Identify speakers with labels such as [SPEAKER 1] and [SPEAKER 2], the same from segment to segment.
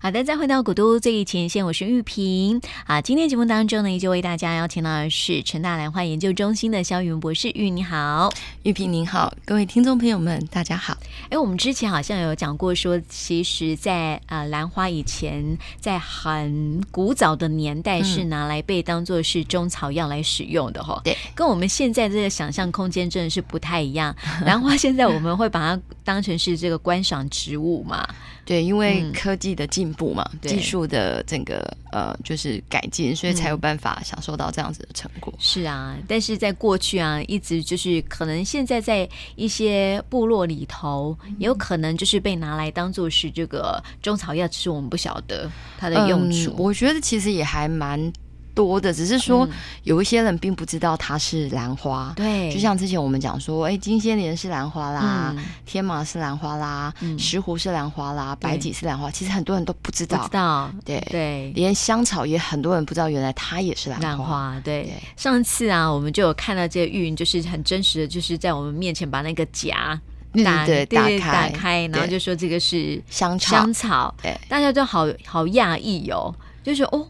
[SPEAKER 1] 好的，再回到古都最前线，我是玉萍。啊，今天节目当中呢，依旧为大家邀请到的是成大兰花研究中心的肖云博士。玉，你好。
[SPEAKER 2] 玉萍您好，各位听众朋友们，大家好。
[SPEAKER 1] 哎，我们之前好像有讲过说，其实在，呃兰花以前在很古早的年代是拿来被当做是中草药来使用的哈、
[SPEAKER 2] 对，
[SPEAKER 1] 跟我们现在这个想象空间真的是不太一样。兰花现在我们会把它当成是这个观赏植物嘛？
[SPEAKER 2] 对，因为
[SPEAKER 1] 嗯
[SPEAKER 2] 科技的进步嘛，
[SPEAKER 1] 对
[SPEAKER 2] 技术的整个呃就是改进，所以才有
[SPEAKER 1] 嗯
[SPEAKER 2] 办法享受到这样子的成果。
[SPEAKER 1] 是啊，但是在过去啊，一直就是可能现在在一些部落里头，
[SPEAKER 2] 嗯
[SPEAKER 1] 也有可能就是被拿来当做是这个中草药，只是我们不晓得它的用
[SPEAKER 2] 嗯
[SPEAKER 1] 处。
[SPEAKER 2] 我觉得其实也还蛮多的，只是说
[SPEAKER 1] 嗯
[SPEAKER 2] 有一些人并不知道它是兰花。
[SPEAKER 1] 对，
[SPEAKER 2] 就像之前我们讲说，哎，金仙莲是兰花啦，
[SPEAKER 1] 嗯
[SPEAKER 2] 天麻是兰花啦，
[SPEAKER 1] 嗯
[SPEAKER 2] 石斛是兰花啦，白
[SPEAKER 1] 对
[SPEAKER 2] 芨是兰花，其实很多人都不知
[SPEAKER 1] 不
[SPEAKER 2] 道。
[SPEAKER 1] 知道，
[SPEAKER 2] 对
[SPEAKER 1] 对。
[SPEAKER 2] 连香草也很多人不知道，原来它也是兰花。
[SPEAKER 1] 兰花，对，
[SPEAKER 2] 对
[SPEAKER 1] 上次啊，我们就有看到这个玉云，就是很真实的，就是在我们面前把那个夹
[SPEAKER 2] 嗯对
[SPEAKER 1] 打对
[SPEAKER 2] 对
[SPEAKER 1] 对
[SPEAKER 2] 对，打开
[SPEAKER 1] 打开，然后
[SPEAKER 2] 对
[SPEAKER 1] 就说这个是
[SPEAKER 2] 香草。
[SPEAKER 1] 香草，
[SPEAKER 2] 对
[SPEAKER 1] 大家都好好讶异哦，就是哦，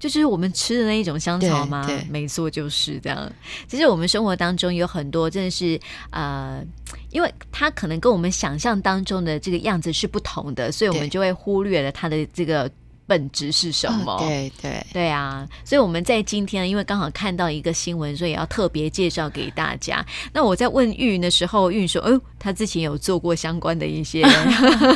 [SPEAKER 1] 就是我们吃的那一种香草
[SPEAKER 2] 对
[SPEAKER 1] 吗
[SPEAKER 2] 对？
[SPEAKER 1] 没错，就是这样。其实我们生活当中有很多真的是呃，因为它可能跟我们想象当中的这个样子是不同的，所以我们
[SPEAKER 2] 对
[SPEAKER 1] 就会忽略了它的这个本质是什么。
[SPEAKER 2] 哦对对
[SPEAKER 1] 对啊，所以我们在今天，啊因为刚好看到一个新闻，所以也要特别介绍给大家。那我在问玉云的时候，玉云说：“哦，他之前有做过相关的一 些，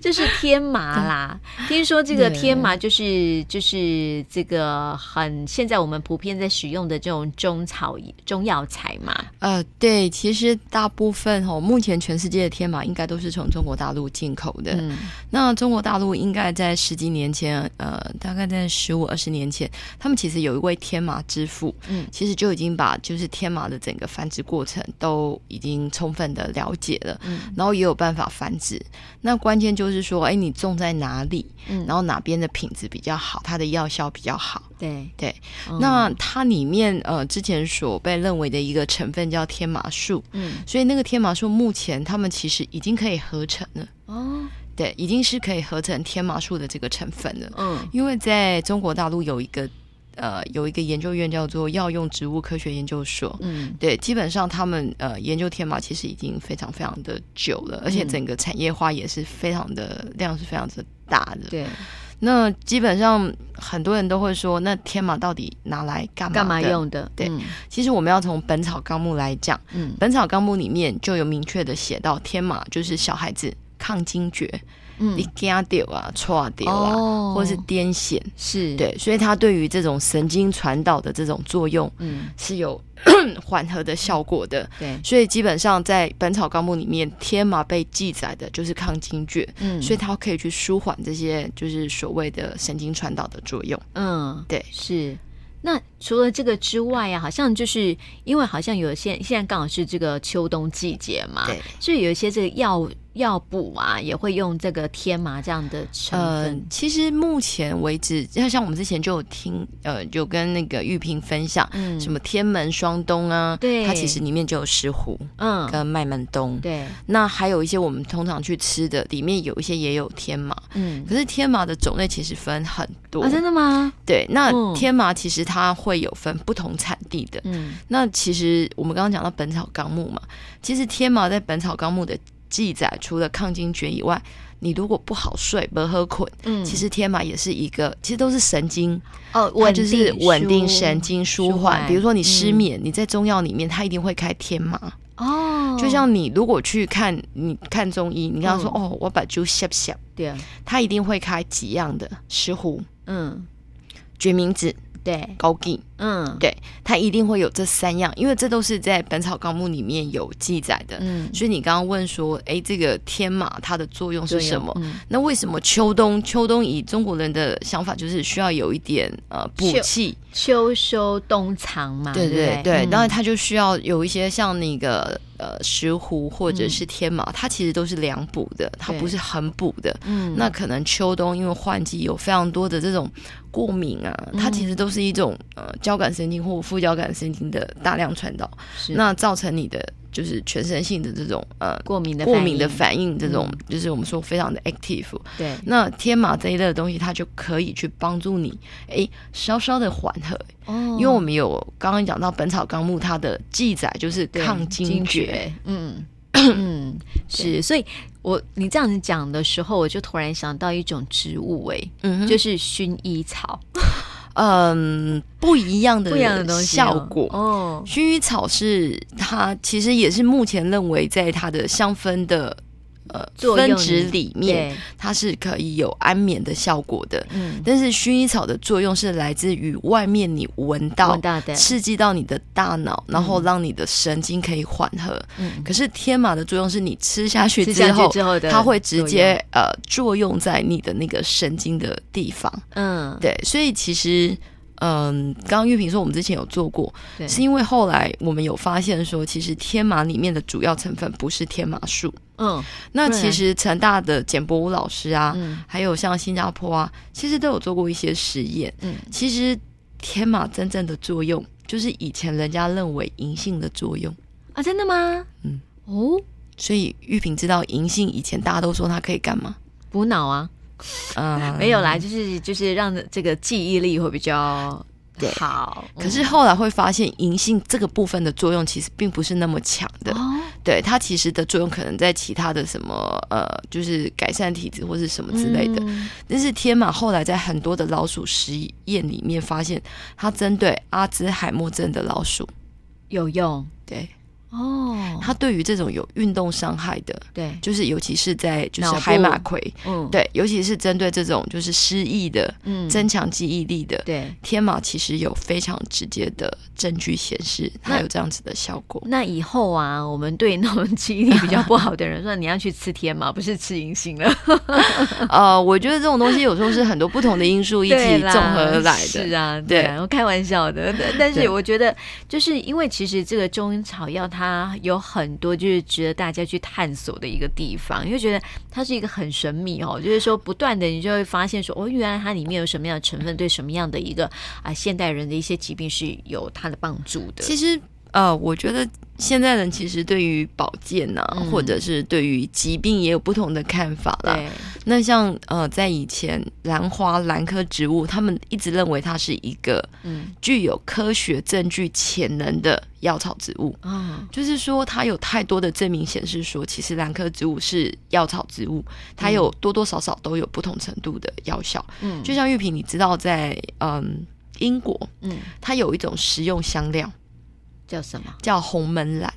[SPEAKER 1] 就是天麻啦。听说这个
[SPEAKER 2] 对
[SPEAKER 1] 天麻就是就是这个很现在我们普遍在使用的这种中草中药材嘛。
[SPEAKER 2] 呃，对，其实大部分哦，目前全世界的天麻应该都是从中国大陆进口的。
[SPEAKER 1] 嗯，
[SPEAKER 2] 那中国大陆应该在十几年前，呃，大概在十五二十年前，他们其实有一位天麻之父，
[SPEAKER 1] 嗯
[SPEAKER 2] 其实就已经把就是天麻的整个繁殖过程都已经充分的了解了，
[SPEAKER 1] 嗯
[SPEAKER 2] 然后也有办法繁殖。那关键就是说，哎，你种在哪里，
[SPEAKER 1] 嗯
[SPEAKER 2] 然后哪边的品质比较好，它的药效比较好。
[SPEAKER 1] 对
[SPEAKER 2] 对，
[SPEAKER 1] 嗯
[SPEAKER 2] 那它里面呃之前所被认为的一个成分叫天麻素，
[SPEAKER 1] 嗯
[SPEAKER 2] 所以那个天麻素目前他们其实已经可以合成了，
[SPEAKER 1] 哦
[SPEAKER 2] 对，已经是可以合成天麻素的这个成分了。
[SPEAKER 1] 嗯
[SPEAKER 2] 因为在中国大陆有一个呃有一个研究院叫做药用植物科学研究所。
[SPEAKER 1] 嗯
[SPEAKER 2] 对，基本上他们呃研究天麻其实已经非常非常的久了，而且
[SPEAKER 1] 嗯
[SPEAKER 2] 整个产业化也是非常的量是非常的大的。
[SPEAKER 1] 对
[SPEAKER 2] 那基本上很多人都会说，那天麻到底拿来干嘛？
[SPEAKER 1] 干嘛？用的？
[SPEAKER 2] 对
[SPEAKER 1] 嗯
[SPEAKER 2] 其实我们要从《本草纲目》来讲，《
[SPEAKER 1] 嗯
[SPEAKER 2] 本草纲目》里面就有明确的写到，天麻就是小孩子抗惊厥、
[SPEAKER 1] 嗯
[SPEAKER 2] 你惊掉啊、错掉啊，
[SPEAKER 1] 哦
[SPEAKER 2] 或是癫痫，
[SPEAKER 1] 是
[SPEAKER 2] 对，所以它对于这种神经传导的这种作用
[SPEAKER 1] 嗯
[SPEAKER 2] 是有 缓和的效果的。
[SPEAKER 1] 对
[SPEAKER 2] 所以基本上在《本草纲目》里面，天麻被记载的就是抗惊厥，
[SPEAKER 1] 嗯
[SPEAKER 2] 所以它可以去舒缓这些就是所谓的神经传导的作用。
[SPEAKER 1] 嗯，
[SPEAKER 2] 对
[SPEAKER 1] 是。那除了这个之外啊，好像就是因为好像有现现在刚好是这个秋冬季节嘛，
[SPEAKER 2] 对，
[SPEAKER 1] 所以有一些这个药药补啊，也会用这个天麻这样的成
[SPEAKER 2] 呃
[SPEAKER 1] 分。，
[SPEAKER 2] 其实目前为止，要像我们之前就有听，呃，有跟那个玉萍分享，
[SPEAKER 1] 嗯
[SPEAKER 2] 呃什么天门双冬啊，
[SPEAKER 1] 对
[SPEAKER 2] 它其实里面就有石斛
[SPEAKER 1] 嗯，
[SPEAKER 2] 跟麦门冬，
[SPEAKER 1] 对，
[SPEAKER 2] 那还有一些我们通常去吃的，里面有一些也有天麻，
[SPEAKER 1] 嗯，
[SPEAKER 2] 可是天麻的种类其实分很多，
[SPEAKER 1] 啊，真的吗？
[SPEAKER 2] 对，那
[SPEAKER 1] 嗯
[SPEAKER 2] 天麻其实它会有分不同产地的，
[SPEAKER 1] 嗯，
[SPEAKER 2] 那其实我们刚刚讲到《本草纲目》嘛，其实天麻在《本草纲目》的记载，除了抗惊厥以外，你如果不好睡、不喝困，
[SPEAKER 1] 嗯
[SPEAKER 2] 其实天麻也是一个，其实都是神经，
[SPEAKER 1] 哦，
[SPEAKER 2] 它
[SPEAKER 1] 稳
[SPEAKER 2] 就
[SPEAKER 1] 定
[SPEAKER 2] 是稳定神
[SPEAKER 1] 舒
[SPEAKER 2] 经、舒
[SPEAKER 1] 舒
[SPEAKER 2] 缓。
[SPEAKER 1] 缓
[SPEAKER 2] 比如说你失
[SPEAKER 1] 嗯
[SPEAKER 2] 眠，你在中药里面，它一定会开天麻。
[SPEAKER 1] 哦，
[SPEAKER 2] 就像你如果去看你看中医，你跟他说、
[SPEAKER 1] 嗯
[SPEAKER 2] 哦，我把灸下下，
[SPEAKER 1] 对，
[SPEAKER 2] 他一定会开几样的石斛、
[SPEAKER 1] 嗯，
[SPEAKER 2] 决明子、
[SPEAKER 1] 对，
[SPEAKER 2] 枸杞。
[SPEAKER 1] 嗯，
[SPEAKER 2] 对，它一定会有这三样，因为这都是在《本草纲目》里面有记载的。
[SPEAKER 1] 嗯，
[SPEAKER 2] 所以你刚刚问说，哎，这个天麻它的作用是
[SPEAKER 1] 对
[SPEAKER 2] 什
[SPEAKER 1] 哦
[SPEAKER 2] 么？
[SPEAKER 1] 嗯
[SPEAKER 2] 那为什么秋冬？秋冬以中国人的想法就是需要有一点呃补
[SPEAKER 1] 秋
[SPEAKER 2] 气，
[SPEAKER 1] 秋收冬藏嘛，
[SPEAKER 2] 对
[SPEAKER 1] 对
[SPEAKER 2] 对
[SPEAKER 1] 不
[SPEAKER 2] 对，
[SPEAKER 1] 嗯
[SPEAKER 2] 当然它就需要有一些像那个呃石斛或者
[SPEAKER 1] 嗯
[SPEAKER 2] 是天麻，它其实都是凉补的，它
[SPEAKER 1] 对
[SPEAKER 2] 不是很补的。
[SPEAKER 1] 嗯，
[SPEAKER 2] 那可能秋冬因为换季有非常多的这种过敏啊，
[SPEAKER 1] 嗯
[SPEAKER 2] 它其实都是一种呃交感神经或副交感神经的大量传导，
[SPEAKER 1] 是
[SPEAKER 2] 那造成你的就是全身性的这种呃
[SPEAKER 1] 过敏的
[SPEAKER 2] 过敏的
[SPEAKER 1] 反嗯
[SPEAKER 2] 反应，这种、就是我们说非常的 active。
[SPEAKER 1] 应对
[SPEAKER 2] 那天麻这一类的东西，它就可以去帮助你，诶，稍稍的缓和，
[SPEAKER 1] 哦
[SPEAKER 2] 因为我们有刚刚讲到《本草纲目》，它的记载就是
[SPEAKER 1] 对
[SPEAKER 2] 抗惊厥，，
[SPEAKER 1] 嗯嗯，是，所以我你这样子讲的时候，我就突然想到一种植物、欸，
[SPEAKER 2] 嗯哼，就
[SPEAKER 1] 就是薰衣草，
[SPEAKER 2] 嗯不一样的嗯
[SPEAKER 1] 不一样的东西哦、
[SPEAKER 2] 效果。
[SPEAKER 1] 哦，
[SPEAKER 2] 薰衣草是它其实也是目前认为在它的香氛的呃
[SPEAKER 1] 作用
[SPEAKER 2] 分支里面，
[SPEAKER 1] 对，
[SPEAKER 2] 它是可以有安眠的效果的。
[SPEAKER 1] 嗯，
[SPEAKER 2] 但是薰衣草的作用是来自于外面你闻到
[SPEAKER 1] 闻嗯到的，
[SPEAKER 2] 刺激到你的大脑，然后让你的神经可以缓和。
[SPEAKER 1] 嗯，
[SPEAKER 2] 可是天马的作用是你吃下去
[SPEAKER 1] 吃
[SPEAKER 2] 之
[SPEAKER 1] 下
[SPEAKER 2] 后
[SPEAKER 1] 去，之后的，
[SPEAKER 2] 它会直，接呃作用在你的那个神经的地方。
[SPEAKER 1] 嗯，
[SPEAKER 2] 对，所以其实嗯，刚刚玉萍说我们之前有做过，
[SPEAKER 1] 对，
[SPEAKER 2] 是因为后来我们有发现说，其实天麻里面的主要成分不是天麻素。
[SPEAKER 1] 嗯
[SPEAKER 2] 那
[SPEAKER 1] 不然
[SPEAKER 2] 其实成大的简伯武老师啊，
[SPEAKER 1] 嗯
[SPEAKER 2] 还有像新加坡啊，其实都有做过一些实验。
[SPEAKER 1] 嗯，
[SPEAKER 2] 其实天麻真正的作用，就是以前人家认为银杏的作用。
[SPEAKER 1] 啊，真的吗？
[SPEAKER 2] 嗯，
[SPEAKER 1] 哦，
[SPEAKER 2] 所以玉萍知道银杏以前大家都说它可以干嘛？
[SPEAKER 1] 补脑啊，
[SPEAKER 2] 嗯，
[SPEAKER 1] 没有啦，就是就是让这个记忆力会比较
[SPEAKER 2] 对
[SPEAKER 1] 好，
[SPEAKER 2] 可是后来会发现，银杏这个部分的作用其实并不是那么强的。
[SPEAKER 1] 哦，
[SPEAKER 2] 对它其实的作用可能在其他的什么呃，就是改善体质或是什么之类的。
[SPEAKER 1] 嗯
[SPEAKER 2] 但是天马后来在很多的老鼠实验里面发现，它针对阿兹海默症的老鼠，
[SPEAKER 1] 有用
[SPEAKER 2] 对
[SPEAKER 1] 哦，
[SPEAKER 2] 它对于这种有运动伤害的，
[SPEAKER 1] 对，
[SPEAKER 2] 就是尤其是在就是
[SPEAKER 1] 脑部
[SPEAKER 2] 海马回，
[SPEAKER 1] 嗯，
[SPEAKER 2] 对，尤其是针对这种就是失忆的、
[SPEAKER 1] 嗯，
[SPEAKER 2] 增强记忆力的。
[SPEAKER 1] 对。
[SPEAKER 2] 天马其实有非常直接的证据显示，它
[SPEAKER 1] 那
[SPEAKER 2] 有这样子的效果。
[SPEAKER 1] 那以后啊，我们对那种记忆力比较不好的人说，你要去吃天麻，不是吃银杏了。
[SPEAKER 2] 呃，我觉得这种东西有时候是很多不同的因素一 起
[SPEAKER 1] 对
[SPEAKER 2] 综
[SPEAKER 1] 啦
[SPEAKER 2] 合而来的。
[SPEAKER 1] 是啊，
[SPEAKER 2] 对
[SPEAKER 1] 对啊，我开玩笑的。但但
[SPEAKER 2] 对
[SPEAKER 1] 是我觉得，就是因为其实这个中草药它有很多就是值得大家去探索的一个地方，因为觉得它是一个很神秘哦，就是说不断的你就会发现说，哦，原来它里面有什么样的成分，对什么样的一个啊、现代人的一些疾病是有它的帮助的。
[SPEAKER 2] 其实呃，我觉得现在人其实对于保健呐、
[SPEAKER 1] 嗯
[SPEAKER 2] 或者是对于疾病也有不同的看法啦。
[SPEAKER 1] 对，
[SPEAKER 2] 那像呃，在以前兰花兰科植物，他们一直认为它是一个
[SPEAKER 1] 嗯，
[SPEAKER 2] 具有科学证据潜能的药草植物。
[SPEAKER 1] 哦，
[SPEAKER 2] 就是说，它有太多的证明显示说，其实兰科植物是药草植物，它有多多少少都有不同程度的药效。
[SPEAKER 1] 嗯，
[SPEAKER 2] 就像玉萍，你知道在嗯英国，
[SPEAKER 1] 嗯，
[SPEAKER 2] 它有一种食用香料
[SPEAKER 1] 叫什么？
[SPEAKER 2] 叫红门兰。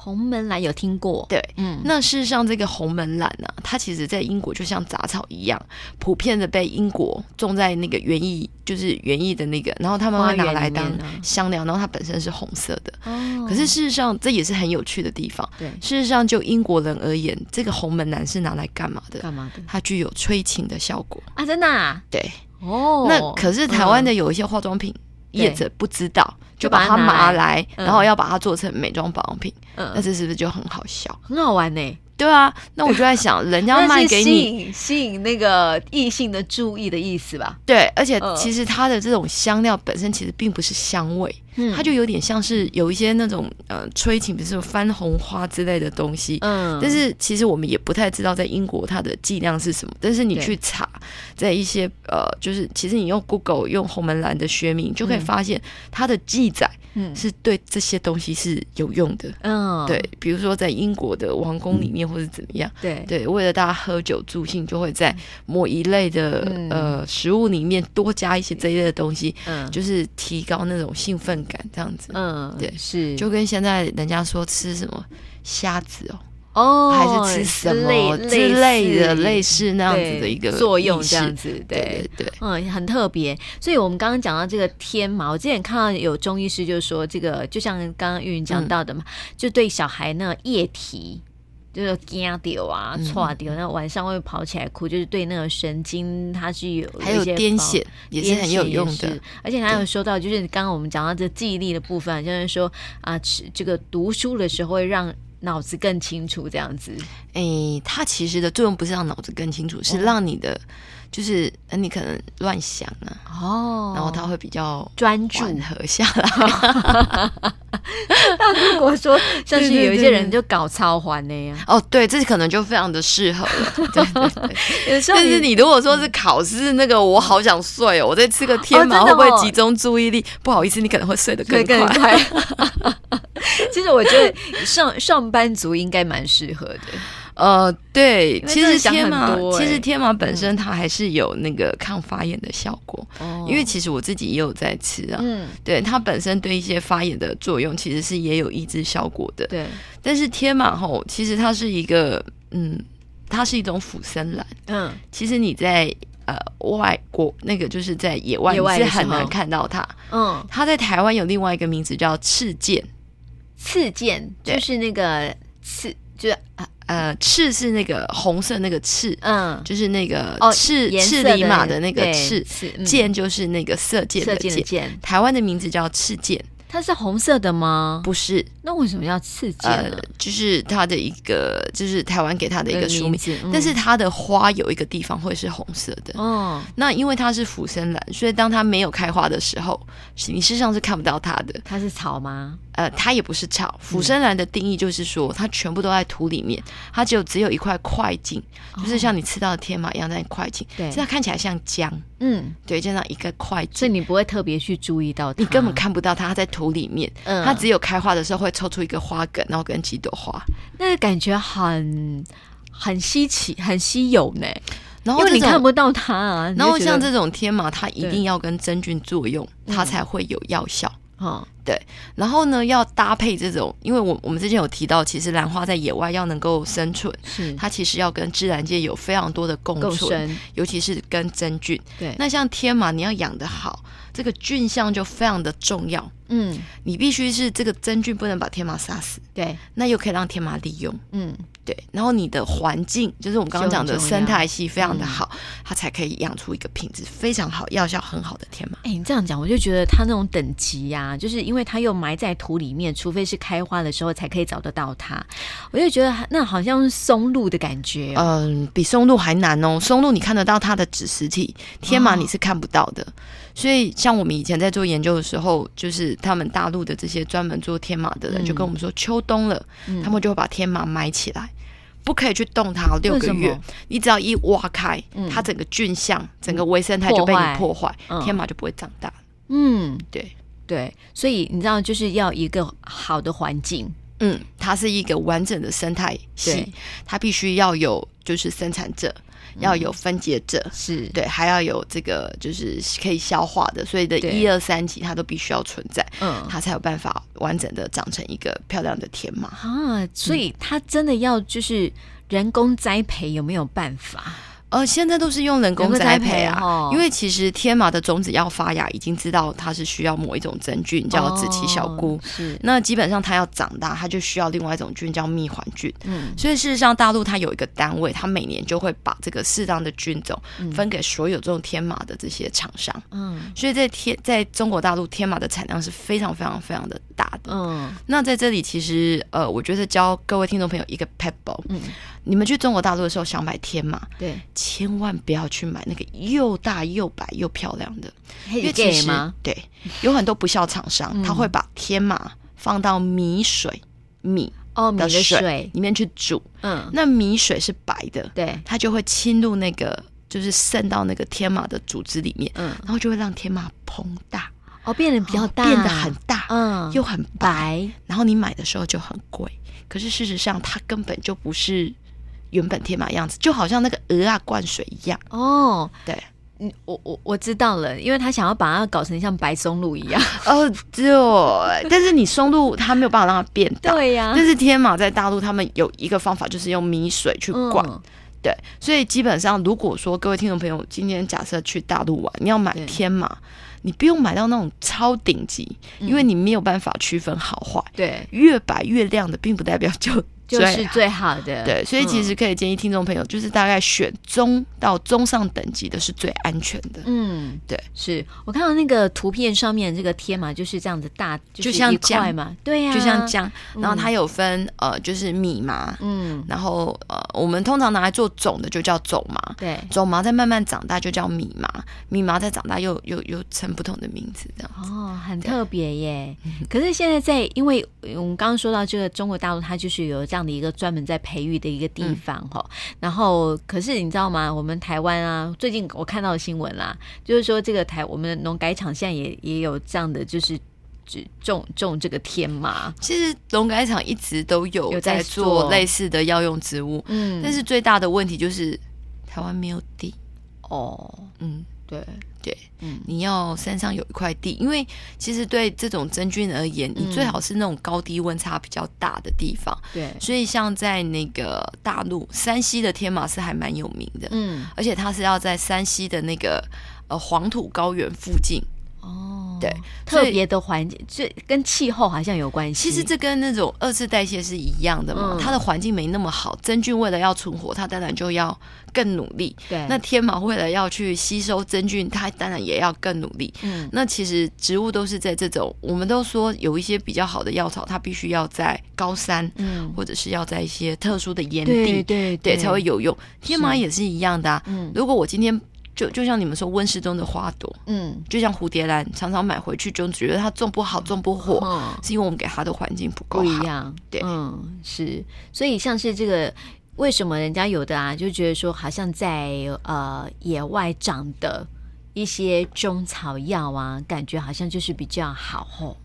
[SPEAKER 1] 红门兰有听过？
[SPEAKER 2] 对，
[SPEAKER 1] 嗯，
[SPEAKER 2] 那事实上这个红门兰呢、它其实在英国就像杂草一样，普遍的被英国种在那个园艺，就是园艺的那个，然后他们会拿来当
[SPEAKER 1] 花园里面啊
[SPEAKER 2] 香料，然后它本身是红色的。
[SPEAKER 1] 哦
[SPEAKER 2] 可是事实上，这也是很有趣的地方。
[SPEAKER 1] 对，
[SPEAKER 2] 事实上，就英国人而言，这个红门兰是拿来干嘛的？
[SPEAKER 1] 干嘛的
[SPEAKER 2] 它具有催情的效果。
[SPEAKER 1] 啊？真的、啊？
[SPEAKER 2] 对，
[SPEAKER 1] 哦，嗯
[SPEAKER 2] 那可是台湾的有一些化妆品
[SPEAKER 1] 对
[SPEAKER 2] 业者不知道，
[SPEAKER 1] 就
[SPEAKER 2] 就把
[SPEAKER 1] 把
[SPEAKER 2] 它
[SPEAKER 1] 它
[SPEAKER 2] 拿
[SPEAKER 1] 拿
[SPEAKER 2] 来，
[SPEAKER 1] 嗯
[SPEAKER 2] 然后要把它做成美妆保养品，
[SPEAKER 1] 嗯
[SPEAKER 2] 那这是不是就很好笑？
[SPEAKER 1] 很好玩呢、
[SPEAKER 2] 对啊，那我就在 想，人家卖给
[SPEAKER 1] 吸
[SPEAKER 2] 你。
[SPEAKER 1] 引吸引那个异性的注意的意思吧？
[SPEAKER 2] 对，而且
[SPEAKER 1] 嗯
[SPEAKER 2] 其实它的这种香料本身其实并不是香味，
[SPEAKER 1] 嗯
[SPEAKER 2] 它就有点像是有一些那种呃催情，比如说番红花之类的东西，
[SPEAKER 1] 嗯
[SPEAKER 2] 但是其实我们也不太知道在英国它的剂量是什么，但是你
[SPEAKER 1] 对
[SPEAKER 2] 去查，在一些呃，就是其实你用 Google 用红门兰的学名，就可以发现它的记载
[SPEAKER 1] 嗯
[SPEAKER 2] 是对这些东西是有用的。
[SPEAKER 1] 嗯，
[SPEAKER 2] 对，比如说在英国的王宫里面或是怎么样，
[SPEAKER 1] 对
[SPEAKER 2] 对，为了大家喝酒助兴，就会在某一类的、
[SPEAKER 1] 嗯
[SPEAKER 2] 呃食物里面多加一些这一类的东西，
[SPEAKER 1] 嗯
[SPEAKER 2] 就是提高那种兴奋感，这样子。
[SPEAKER 1] 嗯
[SPEAKER 2] 对
[SPEAKER 1] 是
[SPEAKER 2] 就跟现在人家说吃什么虾子哦，
[SPEAKER 1] 哦
[SPEAKER 2] 还是吃什么
[SPEAKER 1] 类
[SPEAKER 2] 之类的，
[SPEAKER 1] 似
[SPEAKER 2] 类似那样子
[SPEAKER 1] 对
[SPEAKER 2] 的一个
[SPEAKER 1] 作用
[SPEAKER 2] 意识
[SPEAKER 1] 这样子，对
[SPEAKER 2] 对对对，
[SPEAKER 1] 嗯，很特别。所以我们刚刚讲到这个天麻，我之前看到有中医师就说，这个就像刚刚玉云
[SPEAKER 2] 嗯
[SPEAKER 1] 讲到的嘛，就对小孩那液体。就是惊丢啊，
[SPEAKER 2] 嗯
[SPEAKER 1] 错丢，那晚上会跑起来哭，就是对那个神经它是有
[SPEAKER 2] 还有
[SPEAKER 1] 一些
[SPEAKER 2] 癫
[SPEAKER 1] 保
[SPEAKER 2] 痫也是很有用
[SPEAKER 1] 也
[SPEAKER 2] 的
[SPEAKER 1] 是。，而且还有说到，就是刚刚我们讲到这记忆力的部分，就是说啊，吃这个读书的时候会让脑子更清楚，这样子。
[SPEAKER 2] 哎
[SPEAKER 1] 哦
[SPEAKER 2] 诶，它其实的作用不是让脑子更清楚，是让你的就是呃你可能乱想啊，
[SPEAKER 1] 哦，
[SPEAKER 2] 然后它会比较
[SPEAKER 1] 专注。
[SPEAKER 2] 缓和下来。
[SPEAKER 1] 如果 说像是
[SPEAKER 2] 对对
[SPEAKER 1] 有一些
[SPEAKER 2] 对
[SPEAKER 1] 人就搞超环那样，
[SPEAKER 2] 哦，对，这可能就非常的适合了。对对 对。
[SPEAKER 1] 有时候
[SPEAKER 2] 但是你如果说是考试那个，我好想睡哦，我再吃个天
[SPEAKER 1] 哦
[SPEAKER 2] 麻、
[SPEAKER 1] 真
[SPEAKER 2] 会
[SPEAKER 1] 的
[SPEAKER 2] 不会
[SPEAKER 1] 哦
[SPEAKER 2] 集中注意力？不好意思，你可能会睡得
[SPEAKER 1] 对
[SPEAKER 2] 更
[SPEAKER 1] 更
[SPEAKER 2] 快。
[SPEAKER 1] 快。 其实我觉得上上班族应该蛮适合的，
[SPEAKER 2] 呃，对，
[SPEAKER 1] 为
[SPEAKER 2] 其
[SPEAKER 1] 真的
[SPEAKER 2] 实
[SPEAKER 1] 想
[SPEAKER 2] 天
[SPEAKER 1] 很
[SPEAKER 2] 麻，
[SPEAKER 1] 多
[SPEAKER 2] 其
[SPEAKER 1] 欸
[SPEAKER 2] 实天麻本身它还是有那个抗发炎的效果，
[SPEAKER 1] 哦
[SPEAKER 2] 因为其实我自己也有在吃啊。
[SPEAKER 1] 嗯，
[SPEAKER 2] 对它本身对一些发炎的作用，其实是也有抑制效果的。
[SPEAKER 1] 对，
[SPEAKER 2] 但是天麻吼，其实它是一个，嗯，它是一种腐生兰。
[SPEAKER 1] 嗯，
[SPEAKER 2] 其实你在呃外国那个就是在野外，
[SPEAKER 1] 野外的
[SPEAKER 2] 你是很
[SPEAKER 1] 时候
[SPEAKER 2] 难看到它。
[SPEAKER 1] 嗯，
[SPEAKER 2] 它在台湾有另外一个名字叫赤剑，
[SPEAKER 1] 刺剑就
[SPEAKER 2] 对
[SPEAKER 1] 是那个刺，就是
[SPEAKER 2] 呃，赤是那个红色那个赤，
[SPEAKER 1] 嗯，
[SPEAKER 2] 就是那个
[SPEAKER 1] 哦
[SPEAKER 2] 赤
[SPEAKER 1] 颜
[SPEAKER 2] 赤
[SPEAKER 1] 色
[SPEAKER 2] 里马的那个
[SPEAKER 1] 对
[SPEAKER 2] 赤，
[SPEAKER 1] 刺嗯
[SPEAKER 2] 箭就是那个射箭
[SPEAKER 1] 射
[SPEAKER 2] 的
[SPEAKER 1] 箭的
[SPEAKER 2] 箭。
[SPEAKER 1] 箭，
[SPEAKER 2] 台湾的名字叫赤箭，
[SPEAKER 1] 它是红色的吗？
[SPEAKER 2] 不是
[SPEAKER 1] 那为什么要刺剑啊
[SPEAKER 2] 呃
[SPEAKER 1] 呢？，
[SPEAKER 2] 就是它的一个，就是台湾给它的一个书
[SPEAKER 1] 名
[SPEAKER 2] 名。
[SPEAKER 1] 字，嗯
[SPEAKER 2] 但是它的花有一个地方会是红色的，
[SPEAKER 1] 哦，
[SPEAKER 2] 那因为它是浮生兰，所以当它没有开花的时候，是你事实上是看不到它的。
[SPEAKER 1] 它是草吗？
[SPEAKER 2] 呃，它也不是草，
[SPEAKER 1] 嗯
[SPEAKER 2] 浮生兰的定义就是说，它全部都在土里面，它只有只有一块块茎，就是像你吃到的天麻一样那块茎，
[SPEAKER 1] 哦对
[SPEAKER 2] 所以它看起来像姜，
[SPEAKER 1] 嗯，
[SPEAKER 2] 对，就那一个块茎，
[SPEAKER 1] 所以你不会特别去注意到它，
[SPEAKER 2] 你根本看不到它，它在土里面，
[SPEAKER 1] 嗯
[SPEAKER 2] 它只有开花的时候会抽出一个花梗，然后跟几朵花，
[SPEAKER 1] 那个感觉很很稀奇，很稀有呢，
[SPEAKER 2] 然
[SPEAKER 1] 因
[SPEAKER 2] 后
[SPEAKER 1] 为你
[SPEAKER 2] 这
[SPEAKER 1] 看
[SPEAKER 2] 种。
[SPEAKER 1] 不到它啊。
[SPEAKER 2] 然后
[SPEAKER 1] 你就觉
[SPEAKER 2] 像
[SPEAKER 1] 得
[SPEAKER 2] 这种天麻，它一
[SPEAKER 1] 对嗯
[SPEAKER 2] 定要跟真菌作用，它才会有药效。
[SPEAKER 1] 哦，
[SPEAKER 2] 然后呢，要搭配这种，因为我我们之前有提到，其实兰花在野外要能够生存，
[SPEAKER 1] 是
[SPEAKER 2] 它其实要跟自然界有非常多的共
[SPEAKER 1] 够
[SPEAKER 2] 存，
[SPEAKER 1] 深，
[SPEAKER 2] 尤其是跟真菌。
[SPEAKER 1] 对，
[SPEAKER 2] 那像天麻，你要养得好，这个菌相就非常的重要。
[SPEAKER 1] 嗯，
[SPEAKER 2] 你必须是这个真菌不能把天麻杀死，
[SPEAKER 1] 对，
[SPEAKER 2] 那又可以让天麻利用。
[SPEAKER 1] 嗯，
[SPEAKER 2] 对，然后你的环境就是我们刚刚讲的
[SPEAKER 1] 就很重要嗯
[SPEAKER 2] 生态系非常的好，它才可以养出一个品质非常好、药效很好的天麻。
[SPEAKER 1] 哎、你这样讲，我就觉得它那种等级呀、就是因为它又埋在土里面，除非是开花的时候才可以找得到它。我就觉得那好像是松露的感觉、哦。
[SPEAKER 2] 嗯，比松露还难哦。松露你看得到它的子实体，天
[SPEAKER 1] 哦
[SPEAKER 2] 麻你是看不到的。所以像我们以前在做研究的时候，就是他们大陆的这些专门做天麻的人，
[SPEAKER 1] 嗯
[SPEAKER 2] 就跟我们说，秋冬了，
[SPEAKER 1] 嗯
[SPEAKER 2] 他们就会把天麻埋起来。不可以去动它六
[SPEAKER 1] 为
[SPEAKER 2] 个
[SPEAKER 1] 什么
[SPEAKER 2] 月，你只要一挖开，
[SPEAKER 1] 嗯
[SPEAKER 2] 它整个菌相、整个微生态就被你
[SPEAKER 1] 破
[SPEAKER 2] 破坏，
[SPEAKER 1] 嗯
[SPEAKER 2] 天麻就不会长大。
[SPEAKER 1] 嗯，
[SPEAKER 2] 对，
[SPEAKER 1] 对，所以你知道，就是要一个好的环境，
[SPEAKER 2] 嗯，它是一个完整的生态
[SPEAKER 1] 对
[SPEAKER 2] 系，它必须要有就是生产者，要
[SPEAKER 1] 嗯
[SPEAKER 2] 有分解者，
[SPEAKER 1] 是
[SPEAKER 2] 对，还要有这个就是可以消化的，所以的
[SPEAKER 1] 对
[SPEAKER 2] 一二三级它都必须要存在，
[SPEAKER 1] 嗯
[SPEAKER 2] 它才有办法完整的长成一个漂亮的天麻。
[SPEAKER 1] 啊，所
[SPEAKER 2] 嗯
[SPEAKER 1] 以它真的要就是人工栽培有没有办法？
[SPEAKER 2] 呃，现在都是用人工
[SPEAKER 1] 人工栽
[SPEAKER 2] 栽
[SPEAKER 1] 培
[SPEAKER 2] 培啊，
[SPEAKER 1] 哦
[SPEAKER 2] 因为其实天麻的种子要发芽，已经知道它是需要某一种真菌叫紫旗小菇。
[SPEAKER 1] 哦是
[SPEAKER 2] 那基本上它要长大，它就需要另外一种菌叫蜜环菌。
[SPEAKER 1] 嗯
[SPEAKER 2] 所以事实上，大陆它有一个单位，它每年就会把这个适当的菌种分给所有这种天麻的这些厂商。
[SPEAKER 1] 嗯
[SPEAKER 2] 所以在天在中国大陆天马的产量是非常非常非常的大的。
[SPEAKER 1] 嗯
[SPEAKER 2] 那在这里，其实呃，我觉得教各位听众朋友一个 pebble，
[SPEAKER 1] 嗯，
[SPEAKER 2] 你们去中国大陆的时候想买天马，
[SPEAKER 1] 对，
[SPEAKER 2] 千万不要去买那个又大又白又漂亮的，
[SPEAKER 1] 可
[SPEAKER 2] 因为
[SPEAKER 1] 以
[SPEAKER 2] 其
[SPEAKER 1] 给
[SPEAKER 2] 实
[SPEAKER 1] 吗？嗯
[SPEAKER 2] 对，有很多不孝厂商，他会把天马放到米水米
[SPEAKER 1] 哦，米
[SPEAKER 2] 的
[SPEAKER 1] 的
[SPEAKER 2] 水
[SPEAKER 1] 水，
[SPEAKER 2] 里面去煮，
[SPEAKER 1] 嗯，
[SPEAKER 2] 那米水是白的，
[SPEAKER 1] 对，
[SPEAKER 2] 它就会侵入那个就是渗到那个天马的组织里面，
[SPEAKER 1] 嗯，
[SPEAKER 2] 然后就会让天马膨大。
[SPEAKER 1] 哦，变得比较大，
[SPEAKER 2] 变得很大，
[SPEAKER 1] 嗯
[SPEAKER 2] 又很白，
[SPEAKER 1] 白，
[SPEAKER 2] 然后你买的时候就很贵，可是事实上它根本就不是原本天马样子，就好像那个鹅啊灌水一样，
[SPEAKER 1] 哦，
[SPEAKER 2] 对，
[SPEAKER 1] 嗯，我我我知道了，因为他想要把它搞成像白松露 一样。
[SPEAKER 2] 哦，对，但是你松露它没有办法让它变 大。
[SPEAKER 1] 对啊呀、
[SPEAKER 2] 但是天马在大陆，他们有一个方法，就是用米水去灌。
[SPEAKER 1] 嗯，
[SPEAKER 2] 对，所以基本上，如果说各位听众朋友今天假设去大陆玩，你要买
[SPEAKER 1] 对
[SPEAKER 2] 天马，你不用买到那种超
[SPEAKER 1] 嗯
[SPEAKER 2] 顶级，因为你没有办法区分好坏。
[SPEAKER 1] 对，
[SPEAKER 2] 越白越亮的，并不代表就
[SPEAKER 1] 就是最好嗯的。
[SPEAKER 2] 对，所以其实可以建议听众朋友，就是大概选中到中上等级的是最安全的。
[SPEAKER 1] 嗯，
[SPEAKER 2] 对，
[SPEAKER 1] 是我看到那个图片上面这个贴嘛，就是这样子大，
[SPEAKER 2] 就是像
[SPEAKER 1] 一
[SPEAKER 2] 酱
[SPEAKER 1] 块嘛，对呀、
[SPEAKER 2] 就像这，样，
[SPEAKER 1] 嗯
[SPEAKER 2] 然后它有分呃，就是米麻，
[SPEAKER 1] 嗯，
[SPEAKER 2] 然后呃，我们通常拿来做种的就叫种麻，
[SPEAKER 1] 对，
[SPEAKER 2] 种麻再慢慢长大就叫米麻，米麻再长大又又又成不同的名字这样。
[SPEAKER 1] 哦，很特别耶。可是现在在，因为呃我们刚刚说到这个中国大陆，它就是有这样的一个专门在培育的一个地方哈、然后，可是你知道吗？我们台湾啊，最近我看到的新闻啦，就是说这个台我们的农改场现在也也有这样的，就是只种种这个天麻，
[SPEAKER 2] 其实农改场一直都有
[SPEAKER 1] 有在
[SPEAKER 2] 在做
[SPEAKER 1] 做
[SPEAKER 2] 类似的药用植物，
[SPEAKER 1] 嗯
[SPEAKER 2] 但是最大的问题就是台湾没有地，
[SPEAKER 1] 哦，
[SPEAKER 2] 嗯。
[SPEAKER 1] 对，
[SPEAKER 2] 对，
[SPEAKER 1] 嗯
[SPEAKER 2] 你要山上有一块地，因为其实对这种真菌而言，
[SPEAKER 1] 嗯
[SPEAKER 2] 你最好是那种高低温差比较大的地方。
[SPEAKER 1] 对，
[SPEAKER 2] 所以像在那个大陆山西的天马是还蛮有名的，
[SPEAKER 1] 嗯，
[SPEAKER 2] 而且它是要在山西的那个呃黄土高原附近。
[SPEAKER 1] 哦，
[SPEAKER 2] 对，所
[SPEAKER 1] 特
[SPEAKER 2] 以
[SPEAKER 1] 别的环境，这跟气候好像有关系。
[SPEAKER 2] 其实这跟那种二次代谢是一样的嘛，
[SPEAKER 1] 嗯
[SPEAKER 2] 它的环境没那么好，真菌为了要存活，它当然就要更努力。
[SPEAKER 1] 对，
[SPEAKER 2] 那天马为了要去吸收真菌，它当然也要更努力。
[SPEAKER 1] 嗯
[SPEAKER 2] 那其实植物都是在这种，我们都说有一些比较好的药草，它必须要在高山，
[SPEAKER 1] 嗯，
[SPEAKER 2] 或者是要在一些特殊的岩地，
[SPEAKER 1] 对对
[SPEAKER 2] 对才会有用。天麻也是一样的、啊，
[SPEAKER 1] 嗯
[SPEAKER 2] 如果我今天就就像你们说温室中的花朵，
[SPEAKER 1] 嗯。
[SPEAKER 2] 就像蝴蝶兰，常常买回去就觉得它种不好，种不火，
[SPEAKER 1] 嗯
[SPEAKER 2] 是因为我们给它的环境不够
[SPEAKER 1] 不一
[SPEAKER 2] 好。
[SPEAKER 1] 样，
[SPEAKER 2] 对
[SPEAKER 1] 嗯，是，所以像是这个。为什么人家有的啊，就觉得说好像在呃野外长的一些中草药啊，感觉好像就是比较好吼，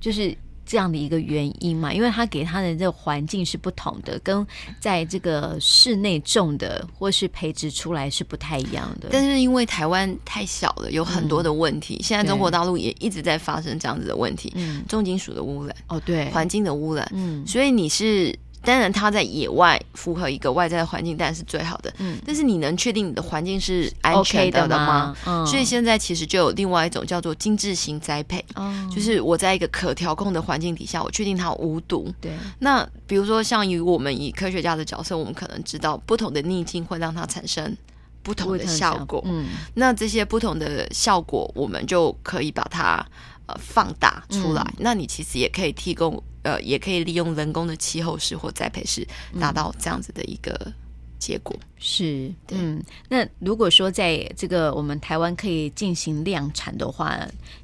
[SPEAKER 1] 就是这样的一个原因嘛，因为它给它的这个环境是不同的，跟在这个室内种的或是培植出来是不太一样的。
[SPEAKER 2] 但是因为台湾太小了，有很
[SPEAKER 1] 嗯
[SPEAKER 2] 多的问题。现在中国大陆也一直在发生这样子的问题，
[SPEAKER 1] 嗯，
[SPEAKER 2] 重金属的污染、
[SPEAKER 1] 哦对，
[SPEAKER 2] 环境的污染，
[SPEAKER 1] 嗯
[SPEAKER 2] 所以你是当然它在野外符合一个外在的环境，当然是最好的。
[SPEAKER 1] 嗯
[SPEAKER 2] 但是你能确定你的环境是安
[SPEAKER 1] ，OK
[SPEAKER 2] 全的
[SPEAKER 1] 的
[SPEAKER 2] 了吗？
[SPEAKER 1] 吗？嗯，
[SPEAKER 2] 所以现在其实就有另外一种叫做精致型栽培，
[SPEAKER 1] 哦，
[SPEAKER 2] 就是我在一个可调控的环境底下，我确定它无毒。
[SPEAKER 1] 对，
[SPEAKER 2] 那比如说，像以我们以科学家的角色，我们可能知道不同的逆境会让它产生不同的效果。
[SPEAKER 1] 嗯
[SPEAKER 2] 那这些不同的效果，我们就可以把它呃放大出
[SPEAKER 1] 嗯
[SPEAKER 2] 来。那你其实也可以提供呃，也可以利用人工的气候室或栽培室，达到这样子的一个结果。
[SPEAKER 1] 是，
[SPEAKER 2] 对
[SPEAKER 1] 嗯，那如果说在这个我们台湾可以进行量产的话，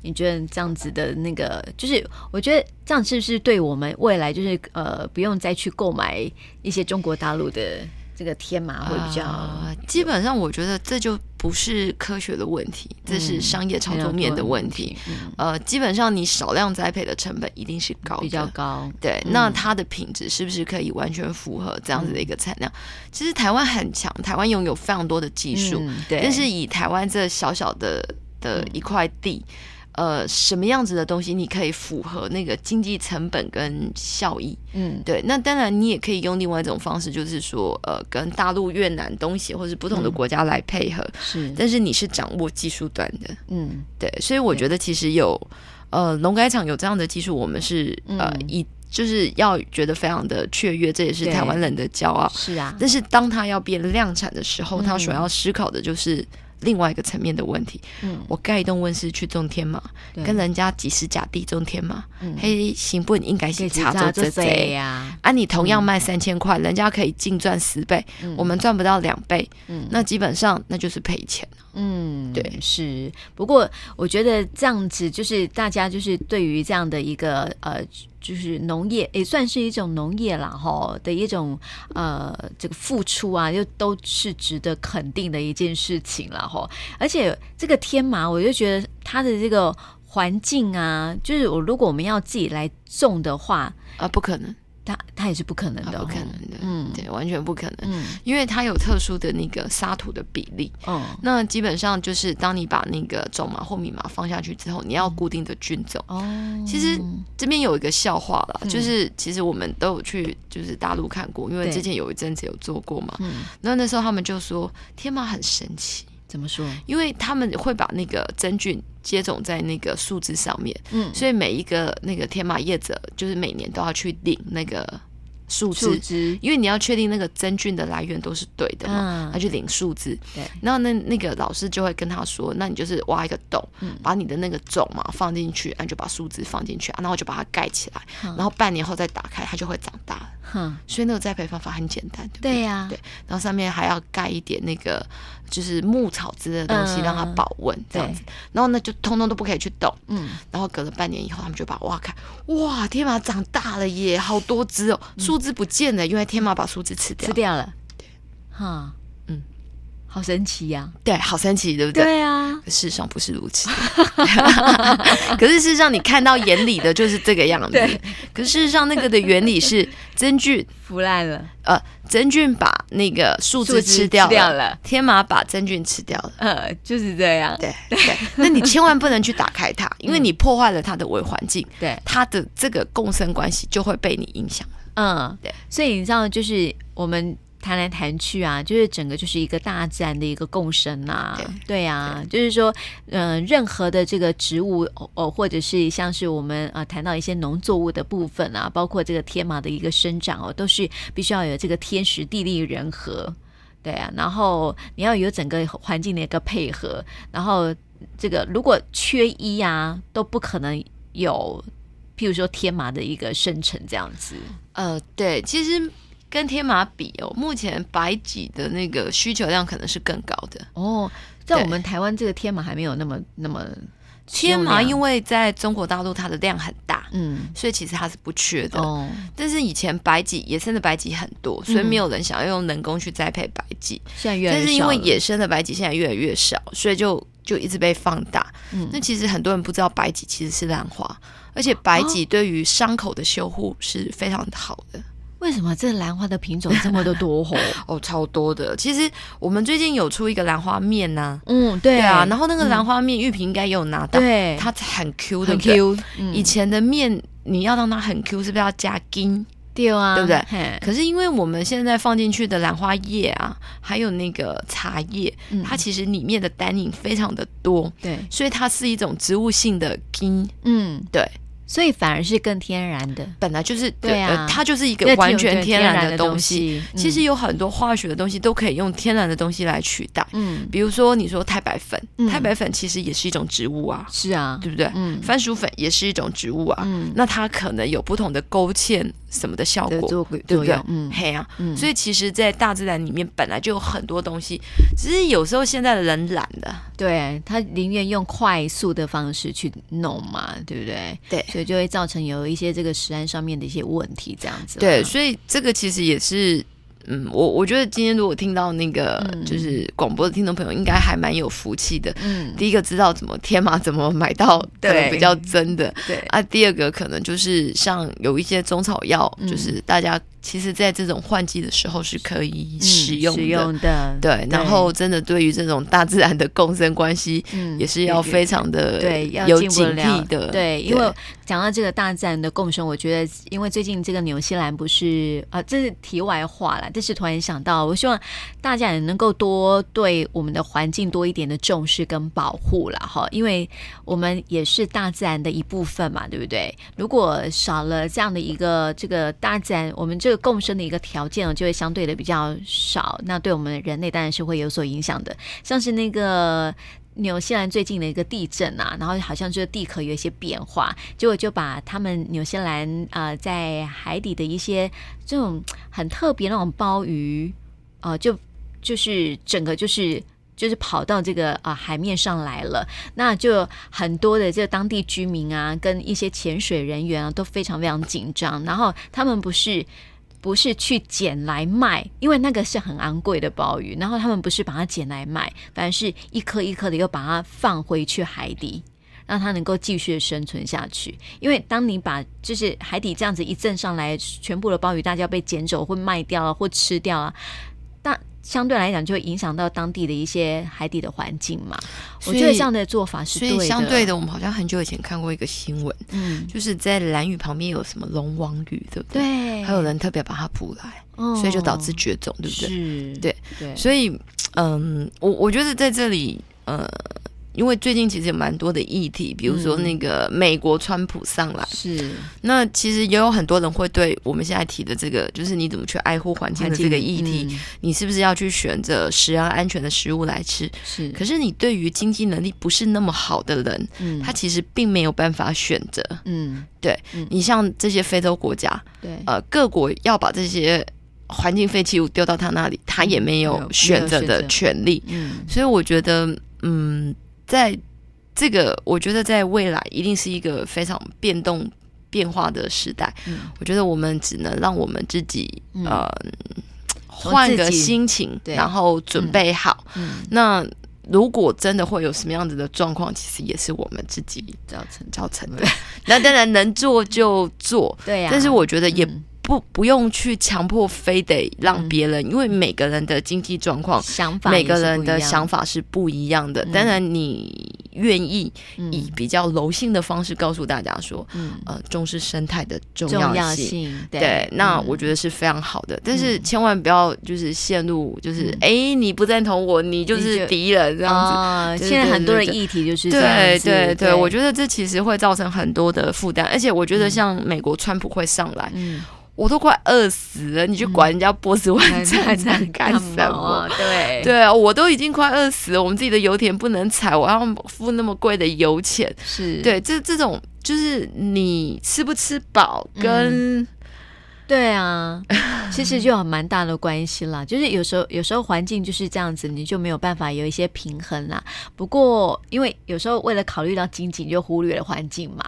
[SPEAKER 1] 你觉得这样子的那个，就是我觉得这样是不是对我们未来就是呃，不用再去购买一些中国大陆的这个天麻会比较、
[SPEAKER 2] 呃基本上我觉得这就不是科学的问题，这是商业操作面的问题。
[SPEAKER 1] 嗯
[SPEAKER 2] 呃，基本上你少量栽培的成本一定是高的，
[SPEAKER 1] 比较嗯高？
[SPEAKER 2] 对，那它的品质是不是可以完全符合这样子的一个产量？其实台湾很强，台湾拥有非常多的技术，
[SPEAKER 1] 嗯对，嗯
[SPEAKER 2] 但是以台湾这小小的的一块地，呃，什么样子的东西你可以符合那个经济成本跟效益？
[SPEAKER 1] 嗯
[SPEAKER 2] 对，那当然你也可以用另外一种方式，就是说，呃，跟大陆、越南、东协或是不
[SPEAKER 1] 嗯
[SPEAKER 2] 同的国家来配合，
[SPEAKER 1] 是，
[SPEAKER 2] 但是你是掌握技术端的，
[SPEAKER 1] 嗯
[SPEAKER 2] 对，所以我觉得其实有，呃，农改场有这样的技术，我们是呃
[SPEAKER 1] 嗯
[SPEAKER 2] 一就是要觉得非常的雀跃，这也是
[SPEAKER 1] 对
[SPEAKER 2] 台湾人的骄傲。
[SPEAKER 1] 是啊，
[SPEAKER 2] 但是当它要变量产的时候，它所
[SPEAKER 1] 嗯
[SPEAKER 2] 要思考的就是另外一个层面的问题。
[SPEAKER 1] 嗯
[SPEAKER 2] 我盖一栋温室去种天马，
[SPEAKER 1] 对
[SPEAKER 2] 跟人家几十甲地种天马，
[SPEAKER 1] 嗯
[SPEAKER 2] 嘿，行不？应该
[SPEAKER 1] 可
[SPEAKER 2] 是
[SPEAKER 1] 以
[SPEAKER 2] 差
[SPEAKER 1] 做
[SPEAKER 2] 做这
[SPEAKER 1] 这嗯
[SPEAKER 2] 贼。
[SPEAKER 1] 呀，
[SPEAKER 2] 啊，你同样卖三千块，人家可以净赚十倍，我们赚不到两倍，
[SPEAKER 1] 嗯
[SPEAKER 2] 那基本上那就是赔钱。
[SPEAKER 1] 嗯，
[SPEAKER 2] 对，
[SPEAKER 1] 是。不过我觉得这样子，就是大家就是对于这样的一个呃，就是农业也算是一种农业啦，吼的一种呃这个付出啊，就都是值得肯定的一件事情啦，吼。而且这个天麻，我就觉得它的这个环境啊，就是我如果我们要自己来种的话，
[SPEAKER 2] 啊，不可能，
[SPEAKER 1] 它它也是不可能
[SPEAKER 2] 啊，
[SPEAKER 1] 的，
[SPEAKER 2] 不可
[SPEAKER 1] 吼
[SPEAKER 2] 能的，
[SPEAKER 1] 嗯
[SPEAKER 2] 对，完全不可能，
[SPEAKER 1] 嗯
[SPEAKER 2] 因为它有特殊的那个沙土的比例。
[SPEAKER 1] 哦，
[SPEAKER 2] 那基本上就是，当你把那个种麻或米麻放下去之后，你要
[SPEAKER 1] 嗯
[SPEAKER 2] 固定的菌种。
[SPEAKER 1] 哦，
[SPEAKER 2] 其实这边有一个笑话啦，
[SPEAKER 1] 嗯
[SPEAKER 2] 就是其实我们都有去就是大陆看过，因为
[SPEAKER 1] 对
[SPEAKER 2] 之前有一阵子有做过嘛。
[SPEAKER 1] 嗯，
[SPEAKER 2] 那那时候他们就说天麻很神奇，
[SPEAKER 1] 怎么说？
[SPEAKER 2] 因为他们会把那个真菌接种在那个树枝上面，
[SPEAKER 1] 嗯
[SPEAKER 2] 所以每一个那个天麻业者就是每年都要去领那个树
[SPEAKER 1] 树
[SPEAKER 2] 枝，
[SPEAKER 1] 枝，
[SPEAKER 2] 因为你要确定那个真菌的来源都是对的嘛，
[SPEAKER 1] 嗯
[SPEAKER 2] 他，去领树枝。
[SPEAKER 1] 对，
[SPEAKER 2] 然后那那个老师就会跟他说，那你就是挖一个洞，
[SPEAKER 1] 嗯
[SPEAKER 2] 把你的那个种嘛放进去，啊，你就把树枝放进去，啊，然后就把它盖起来，
[SPEAKER 1] 嗯
[SPEAKER 2] 然后半年后再打开，它就会长大了。
[SPEAKER 1] 哼，
[SPEAKER 2] 所以那个栽培方法很简单，对不对？啊
[SPEAKER 1] 对呀，
[SPEAKER 2] 对然后上面还要盖一点那个就是牧草之类的东西，
[SPEAKER 1] 嗯
[SPEAKER 2] 让它保温这样子。然后呢，就通通都不可以去动。
[SPEAKER 1] 嗯，
[SPEAKER 2] 然后隔了半年以后，他们就把它挖开，哇，天马长大了耶，好多只哦，树枝不见了，因为天马把树枝吃掉
[SPEAKER 1] 吃。掉了，哈，
[SPEAKER 2] 嗯，
[SPEAKER 1] 好神奇呀，
[SPEAKER 2] 对，好神奇，对不对？
[SPEAKER 1] 对啊，
[SPEAKER 2] 可事实上不是如此， 可是事实上你看到眼里的就是这个样子
[SPEAKER 1] 对。
[SPEAKER 2] 可是事实上那个的原理是真菌，
[SPEAKER 1] 腐烂了，
[SPEAKER 2] 呃，真菌把那个树
[SPEAKER 1] 树枝
[SPEAKER 2] 枝
[SPEAKER 1] 吃
[SPEAKER 2] 吃掉了，
[SPEAKER 1] 掉了
[SPEAKER 2] 天马把真菌吃掉了。
[SPEAKER 1] 呃，就是这样，
[SPEAKER 2] 对对，那你千万不能去打开它，因为你破坏了它的微环境，
[SPEAKER 1] 对，
[SPEAKER 2] 它的这个共生关系就会被你影响。
[SPEAKER 1] 嗯，
[SPEAKER 2] 对，
[SPEAKER 1] 所以你知道，就是我们谈来谈去啊，就是整个就是一个大自然的一个共生呐、
[SPEAKER 2] 对
[SPEAKER 1] 对啊，就是说，嗯、任何的这个植物，哦、哦或者是像是我们啊谈到一些农作物的部分啊，包括这个天马的一个生长哦，都是必须要有这个天时地利人和。对啊，然后你要有整个环境的一个配合，然后这个如果缺一啊，都不可能有，譬如说天马的一个生成这样子。
[SPEAKER 2] 呃，对，其实跟天马比哦，目前白芨的那个需求量可能是更高的。
[SPEAKER 1] 哦，在
[SPEAKER 2] 对
[SPEAKER 1] 我们台湾这个天马还没有那么那么使
[SPEAKER 2] 天
[SPEAKER 1] 用
[SPEAKER 2] 麻
[SPEAKER 1] 量
[SPEAKER 2] 因为在中国大陆它的量很大，
[SPEAKER 1] 嗯
[SPEAKER 2] 所以其实它是不缺的。
[SPEAKER 1] 哦
[SPEAKER 2] 但是以前白芨野生的白芨很多，所以没有人想要用人工去栽培白芨。
[SPEAKER 1] 现在越来
[SPEAKER 2] 但
[SPEAKER 1] 越
[SPEAKER 2] 是因
[SPEAKER 1] 少
[SPEAKER 2] 为
[SPEAKER 1] 了
[SPEAKER 2] 野生的白芨现在越来越少，所以就就一直被放大。
[SPEAKER 1] 嗯
[SPEAKER 2] 那其实很多人不知道白芨其实是兰花，而且白芨对于伤口的修护是非常好的。
[SPEAKER 1] 为什么这兰花的品种这么的多 红？
[SPEAKER 2] 哦，超多的。其实我们最近有出一个兰花面呐、
[SPEAKER 1] 嗯，对
[SPEAKER 2] 对啊，然
[SPEAKER 1] 后
[SPEAKER 2] 后那个兰花面玉萍应该也有拿到，
[SPEAKER 1] 对
[SPEAKER 2] 它很 Q 的，
[SPEAKER 1] 很 Q，
[SPEAKER 2] 以
[SPEAKER 1] 嗯，
[SPEAKER 2] 前的面你要让它很 Q，是不是要加筋？
[SPEAKER 1] 对啊，
[SPEAKER 2] 对不对
[SPEAKER 1] 嘿？
[SPEAKER 2] 可是因为我们现在放进去的兰花叶啊，还有那个茶叶，
[SPEAKER 1] 嗯
[SPEAKER 2] 它其实里面的单宁非常的多，
[SPEAKER 1] 对，
[SPEAKER 2] 所以它是一种植物性的筋。
[SPEAKER 1] 嗯，
[SPEAKER 2] 对，
[SPEAKER 1] 所以反而是更天然的，
[SPEAKER 2] 本来就是
[SPEAKER 1] 对啊
[SPEAKER 2] 呃它就是一
[SPEAKER 1] 那
[SPEAKER 2] 个
[SPEAKER 1] 挺
[SPEAKER 2] 完全
[SPEAKER 1] 对
[SPEAKER 2] 天然
[SPEAKER 1] 的
[SPEAKER 2] 的
[SPEAKER 1] 东
[SPEAKER 2] 东西。
[SPEAKER 1] 西。嗯
[SPEAKER 2] 其实有很多化学的东西都可以用天然的东西来取代，
[SPEAKER 1] 嗯，嗯，
[SPEAKER 2] 比如说你说太白粉，
[SPEAKER 1] 嗯
[SPEAKER 2] 太白粉其实也是一种植物啊，
[SPEAKER 1] 是啊，
[SPEAKER 2] 对不对？
[SPEAKER 1] 嗯
[SPEAKER 2] 番薯粉也是一种植物啊，
[SPEAKER 1] 嗯，
[SPEAKER 2] 那它可能有不同的勾芡什么的效
[SPEAKER 1] 的
[SPEAKER 2] 果，
[SPEAKER 1] 作作
[SPEAKER 2] 对不对
[SPEAKER 1] 用？嗯
[SPEAKER 2] 嘿啊，
[SPEAKER 1] 嗯，
[SPEAKER 2] 所
[SPEAKER 1] 以
[SPEAKER 2] 以其实，在大自然里面本来就有很多东西，只是有时候现在的人懒了。
[SPEAKER 1] 对他宁愿用快速的方式去弄嘛，对不对？
[SPEAKER 2] 对
[SPEAKER 1] 所以就会造成有一些这个食安上面的一些问题，这样子啦。
[SPEAKER 2] 对，所以这个其实也是，嗯，我我觉得今天如果听到那个、
[SPEAKER 1] 嗯
[SPEAKER 2] 就是广播的听众朋友，应该还蛮有福气的。
[SPEAKER 1] 嗯，
[SPEAKER 2] 第一个知道怎么天马怎么买到可
[SPEAKER 1] 对
[SPEAKER 2] 能比较真的
[SPEAKER 1] 对
[SPEAKER 2] 啊，第二个可能就是像有一些中草药，
[SPEAKER 1] 嗯
[SPEAKER 2] 就是大家其实在这种换季的时候是可以使用
[SPEAKER 1] 嗯
[SPEAKER 2] 的。
[SPEAKER 1] 使用的，
[SPEAKER 2] 对，然后真的对于这种大自然的共生关系，
[SPEAKER 1] 嗯
[SPEAKER 2] 也是要非常的
[SPEAKER 1] 对要
[SPEAKER 2] 有
[SPEAKER 1] 进步
[SPEAKER 2] 警
[SPEAKER 1] 得了
[SPEAKER 2] 惕的，
[SPEAKER 1] 对，因为讲到这个大自然的共生，我觉得因为最近这个纽西兰不是啊、这是题外话啦，但是突然想到，我希望大家也能够多对我们的环境多一点的重视跟保护啦，哈，因为我们也是大自然的一部分嘛，对不对？如果少了这样的一个这个大自然，我们这个共生的一个条件哦，就会相对的比较少，那对我们人类当然是会有所影响的，像是那个。纽西兰最近的一个地震啊，然后好像就是地壳有一些变化，结果就把他们纽西兰呃在海底的一些这种很特别那种鲍鱼，呃，就就是整个就是。就是跑到这个啊、呃海面上来了，那就很多的这个当地居民啊，跟一些潜水人员啊，都非常非常紧张。然后他们不是不是去捡来卖，因为那个是很昂贵的鲍鱼，然后他们不是把它捡来卖，反而是一颗一颗的又把它放回去海底。让它能够继续地生存下去。因为当你把就是海底这样子一震上来，全部的鲍鱼大家被捡走或卖掉啊，或吃掉啊，但相对来讲就会影响到当地的一些海底的环境嘛。我
[SPEAKER 2] 所以
[SPEAKER 1] 觉得这样的做法是
[SPEAKER 2] 所
[SPEAKER 1] 对的。
[SPEAKER 2] 以相对的，我们好像很久以前看过一个新闻，
[SPEAKER 1] 嗯，
[SPEAKER 2] 就是在蓝屿旁边有什么龙王鱼，对不对？
[SPEAKER 1] 对，
[SPEAKER 2] 还有人特别把它捕来，
[SPEAKER 1] 嗯，
[SPEAKER 2] 所以就导致绝种，对不对？
[SPEAKER 1] 是，
[SPEAKER 2] 对
[SPEAKER 1] 对，
[SPEAKER 2] 所以，嗯，我我觉得在这里，呃，因为最近其实有蛮多的议题，比如
[SPEAKER 1] 嗯
[SPEAKER 2] 说那个美国川普上来，
[SPEAKER 1] 是
[SPEAKER 2] 那其实也有很多人会对我们现在提的这个，就是你怎么去爱护环境的这个议题，
[SPEAKER 1] 嗯
[SPEAKER 2] 你是不是要去选择食安安全的食物来吃？
[SPEAKER 1] 是，
[SPEAKER 2] 可是你对于经济能力不是那么好的人，
[SPEAKER 1] 嗯
[SPEAKER 2] 他其实并没有办法选择。
[SPEAKER 1] 嗯
[SPEAKER 2] 对
[SPEAKER 1] 嗯
[SPEAKER 2] 你像这些非洲国家，
[SPEAKER 1] 对，
[SPEAKER 2] 呃，各国要把这些环境废弃物丢到他那里，他也
[SPEAKER 1] 嗯
[SPEAKER 2] 没
[SPEAKER 1] 没有
[SPEAKER 2] 有
[SPEAKER 1] 没有
[SPEAKER 2] 选择
[SPEAKER 1] 选
[SPEAKER 2] 的
[SPEAKER 1] 择
[SPEAKER 2] 权利。
[SPEAKER 1] 嗯
[SPEAKER 2] 所以我觉得，嗯，在这个，我觉得在未来一定是一个非常变动、变化的时代。
[SPEAKER 1] 嗯
[SPEAKER 2] 我觉得我们只能让我们自己，
[SPEAKER 1] 嗯
[SPEAKER 2] 呃，
[SPEAKER 1] 从
[SPEAKER 2] 换个
[SPEAKER 1] 自己
[SPEAKER 2] 心情，
[SPEAKER 1] 对
[SPEAKER 2] 然后准备好。
[SPEAKER 1] 嗯，
[SPEAKER 2] 那如果真的会有什么样子的状况，其实也是我们自己
[SPEAKER 1] 造成
[SPEAKER 2] 造成的。 那当然能做就做，
[SPEAKER 1] 对呀、
[SPEAKER 2] 但是我觉得也
[SPEAKER 1] 嗯
[SPEAKER 2] 不不用去强迫非得让别人，因为每个人的经济状况
[SPEAKER 1] 想法
[SPEAKER 2] 每个人的想
[SPEAKER 1] 法
[SPEAKER 2] 法是不一样的。
[SPEAKER 1] 嗯
[SPEAKER 2] 当然，你愿意以
[SPEAKER 1] 嗯
[SPEAKER 2] 比较柔性的方式告诉大家说，
[SPEAKER 1] 嗯
[SPEAKER 2] 呃，重视生态的重
[SPEAKER 1] 重
[SPEAKER 2] 要性。
[SPEAKER 1] 性对
[SPEAKER 2] 对，那我
[SPEAKER 1] 嗯
[SPEAKER 2] 觉得是非常好的，但是千万不要就是陷入就是哎、诶你不赞同我，你就
[SPEAKER 1] 你
[SPEAKER 2] 是
[SPEAKER 1] 就
[SPEAKER 2] 敌人这样子。
[SPEAKER 1] 哦，
[SPEAKER 2] 对
[SPEAKER 1] 现在
[SPEAKER 2] 对
[SPEAKER 1] 很多的
[SPEAKER 2] 对对
[SPEAKER 1] 议题就是这样
[SPEAKER 2] 对
[SPEAKER 1] 子
[SPEAKER 2] 对对，我
[SPEAKER 1] 得
[SPEAKER 2] 觉得这其实会造成很多的负担，而且我觉得像美国川普会上来，
[SPEAKER 1] 嗯，
[SPEAKER 2] 我都快饿死了，你去管人家波斯 湾战在干什么？
[SPEAKER 1] 嘛？对
[SPEAKER 2] 对啊，我都已经快饿死了，我们自己的油田不能采，我还要付那么贵的油钱。
[SPEAKER 1] 是，
[SPEAKER 2] 对，这这种就是你吃不吃饱跟、
[SPEAKER 1] 对 啊，其实就有蛮大的关系啦。就是有时候，有时候环境就是这样子，你就没有办法有一些平衡啦。不过，因为有时候为了考虑到经济，你就忽略了环境嘛。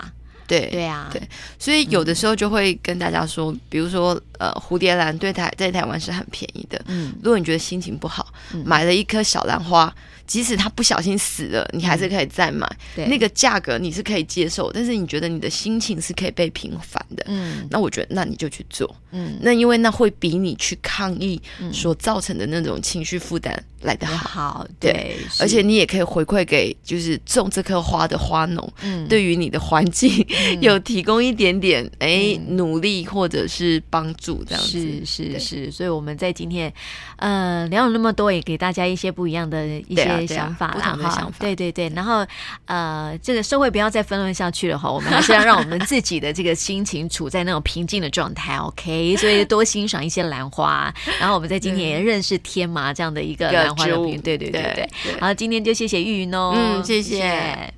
[SPEAKER 2] 对
[SPEAKER 1] 对啊，
[SPEAKER 2] 对所以有的
[SPEAKER 1] 嗯
[SPEAKER 2] 时候就会跟大家说，比如说呃，蝴蝶兰对台在台湾是很便宜的。
[SPEAKER 1] 嗯，
[SPEAKER 2] 如果你觉得心情不好，
[SPEAKER 1] 嗯
[SPEAKER 2] 买了一颗小兰花，即使它不小心死了，你还是可以再买。
[SPEAKER 1] 嗯对，
[SPEAKER 2] 那，个价格你是可以接受，但是你觉得你的心情是可以被平反的。
[SPEAKER 1] 嗯
[SPEAKER 2] 那我觉得，那你就去做。
[SPEAKER 1] 嗯，
[SPEAKER 2] 那因为那会比你去抗议
[SPEAKER 1] 嗯
[SPEAKER 2] 所造成的那种情绪负担来得
[SPEAKER 1] 也
[SPEAKER 2] 好，
[SPEAKER 1] 好，
[SPEAKER 2] 对
[SPEAKER 1] 对，是
[SPEAKER 2] 而且，你也可以回馈给就是种这棵花的花农，
[SPEAKER 1] 嗯，
[SPEAKER 2] 对于你的环境 有提供一点点哎、努力或者是帮助这样子。
[SPEAKER 1] 嗯是是
[SPEAKER 2] 对
[SPEAKER 1] 是，所以我们在今天，呃，聊了那么多，也给大家一些不一样的一
[SPEAKER 2] 对啊
[SPEAKER 1] 些
[SPEAKER 2] 对啊
[SPEAKER 1] 想法
[SPEAKER 2] 不
[SPEAKER 1] 啦，
[SPEAKER 2] 同的
[SPEAKER 1] 哈
[SPEAKER 2] 想法
[SPEAKER 1] 对对对。然后，呃，这个社会不要再纷乱下去了哈，我们还是要让我们自己的这个心情处在那种平静的状态，OK？所以多欣赏一些兰花，然后我们在今天也认识天麻这样的一个
[SPEAKER 2] 一个
[SPEAKER 1] 兰花
[SPEAKER 2] 植
[SPEAKER 1] 的
[SPEAKER 2] 物
[SPEAKER 1] 品，对对对对
[SPEAKER 2] 对。
[SPEAKER 1] 好，今天就谢谢玉云哦，
[SPEAKER 2] 嗯谢谢
[SPEAKER 1] 谢